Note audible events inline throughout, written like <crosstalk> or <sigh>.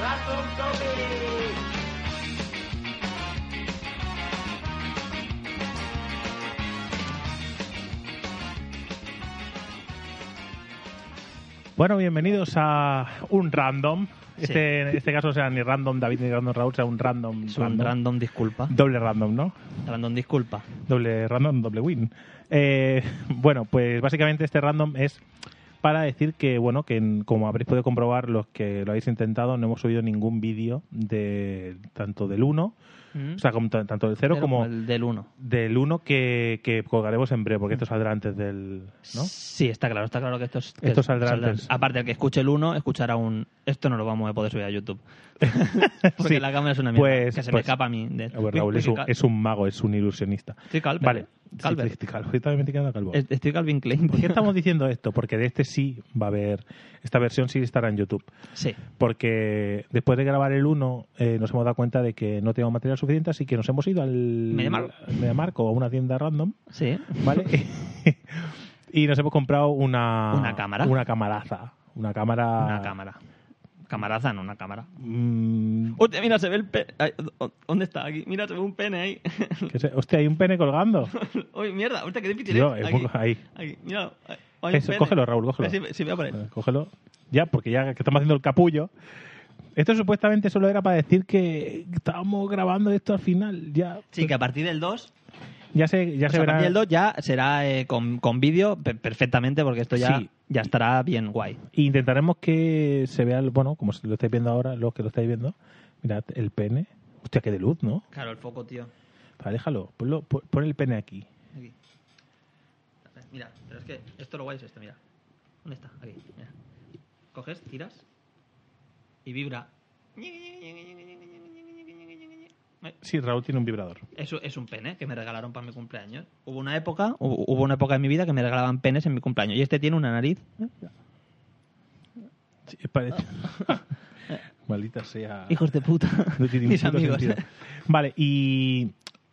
Razón Comics. Bueno, bienvenidos a un random. Este, En este caso sea ni random David ni random Raúl, sea un random. Es un random disculpa. Doble random, ¿no? Random disculpa. Doble random, doble win. Eh, bueno, pues básicamente este random es para decir que, bueno, que en- como habréis podido comprobar los que lo habéis intentado, no hemos subido ningún vídeo de tanto del 1, o sea, como t- tanto del 0 Mm. Pero como el del 1. del 1 que, que colgaremos en breve, porque esto saldrá antes del... ¿no? Sí, está claro, está claro que esto, es- que Esto saldrá antes. Aparte, el que escuche el 1 escuchará un... Esto no lo vamos a poder subir a YouTube. Porque <laughs> Sí. la cámara es una mierda. Pues- que se me pues- escapa a mí. De... A ver, Raúl Uy, uy, es que un, cal- es un mago, es un ilusionista. Estoy calvo. Vale. Calver. Sí, sí, calvo. Yo también me estoy quedando calvo. Es- Estoy Calvin Klein. ¿Por qué estamos diciendo esto? Porque de este sí va a haber, esta versión sí estará en YouTube. Sí. Porque después de grabar el 1 eh, nos hemos dado cuenta de que no tenemos material suficiente, así que nos hemos ido al Mediamar. al Mediamar o a una tienda random, Sí. ¿vale? <laughs> y nos hemos comprado una... Una cámara. Una camaraza. Una cámara... Una cámara. Camaraza, no una cámara. Mm, Hostia, mira, se ve el pene. Ay, ¿dó- ¿Dónde está? Aquí. Mira, se ve un pene ahí. que se- hostia, hay un pene colgando. Uy, mierda, ahorita que difícil Tío, es. es Aquí, muy- ahí. aquí, míralo. Ay, hay un Eso, pene. cógelo, Raúl, cógelo. Sí, sí, voy a poner. Eh, Cógelo. Ya, porque ya que estamos haciendo el capullo. Esto supuestamente solo era para decir que estábamos grabando esto al final. Ya, Sí, que a partir del 2, ya se, ya o se sea, a verá. partir del 2 ya será eh, con, con vídeo per- perfectamente, porque esto ya, Sí. ya estará bien guay. Intentaremos que se vea, el- bueno, como lo estáis viendo ahora, los que lo estáis viendo. Mirad, el pene. Hostia, qué de luz, ¿no? Claro, el foco, tío. Vale, déjalo. Ponlo, pon pon el pene aquí. Mira, pero es que esto lo guay es esto, mira. ¿Dónde está? Aquí, mira. Coges, tiras y vibra. Sí, Raúl tiene un vibrador. Eso es un pene que me regalaron para mi cumpleaños. Hubo una época, hubo hubo una época en mi vida que me regalaban penes en mi cumpleaños. Y este tiene una nariz. Sí, parece. <laughs> Maldita sea. Hijos de puta. Ah. No <laughs> tiene Mis ni puto amigos. sentido. Vale, y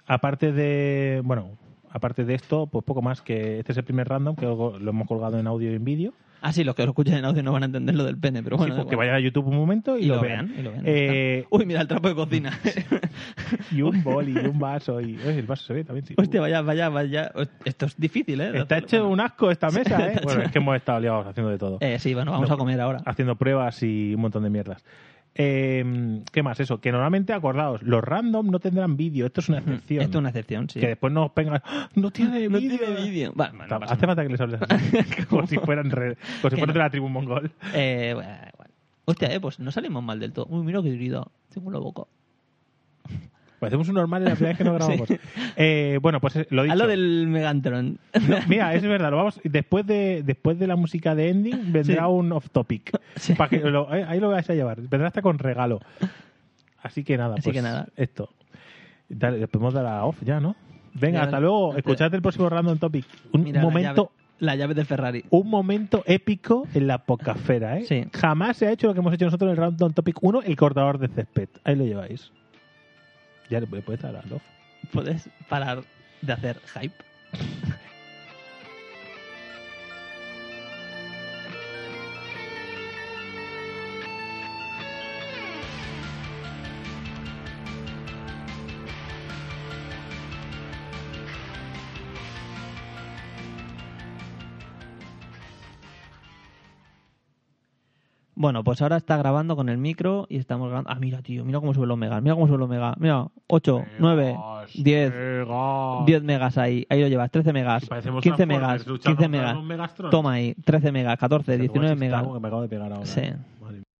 aparte de. Bueno, aparte de esto, pues poco más que. Este es el primer random que lo lo hemos colgado en audio y en vídeo. Ah, sí, los que lo escuchan en audio no van a entender lo del pene, pero bueno. sí, da porque igual. vayan a YouTube un momento y, y, lo, vean. y lo vean, ya Eh, está. Uy, mira el trapo <laughs> de cocina. y un bol y un vaso. Y, Oye, el vaso se ve también. Sí. <laughs> Hostia, vaya, vaya, vaya. Esto es difícil, ¿eh? de Está hacerlo. hecho un asco esta Sí, <laughs> mesa, ¿eh? está Bueno, hecho- es que hemos estado liados haciendo de todo. Eh, sí, bueno, vamos No. a comer ahora. haciendo pruebas y un montón de mierdas. Eh, ¿Qué más? Eso, que normalmente, acordaos, los random no tendrán vídeo. Esto es una excepción. Esto es una excepción, sí. Que después nos vengan. ¡Ah! No tiene No vídeo. tiene vídeo. Ah, Vale, bueno, no pasa Hace falta nada. que les hables <laughs> así. como si fueran, re- como si Que fueran no. de la tribu <laughs> mongol. Eh, bueno, da igual. Hostia, eh, pues no salimos mal del todo. Uy, mira qué herido. Tengo la boca. Parecemos Pues un normal de la primera vez que <laughs> no grabamos. Eh, bueno, pues eh, lo dicho. Haz lo del Megantron. No, mira, es verdad. Lo vamos, después, de, después de la música de ending vendrá Sí. un off topic. <laughs> Sí. Pa' que lo- eh, ahí lo vais a llevar. Vendrá hasta con regalo. Así que nada, Así pues que nada. esto. Dale, le podemos dar a off ya, ¿no? Venga, Ya, hasta luego. hasta- Escuchad el próximo random topic. Un Mira, la momento. llave- La llave, de Ferrari. Un momento épico en la pocafera, ¿eh? Sí. Jamás se ha hecho lo que hemos hecho nosotros en el Random Topic 1, el cortador de césped. Ahí lo lleváis. Ya le le puedes dar al off. ¿Puedes parar de hacer hype? Bueno, pues ahora está grabando con el micro y estamos grabando. Ah, mira, tío, mira cómo sube el Omega. Mira cómo sube el Omega. Mira, 8, 9, 10, 10 megas ahí. Ahí lo llevas, 13 megas, 15 megas, 15 megas. Toma ahí, 13 megas, 14, 19 megas. Que me acabo de pegar ahora. Sí. Madre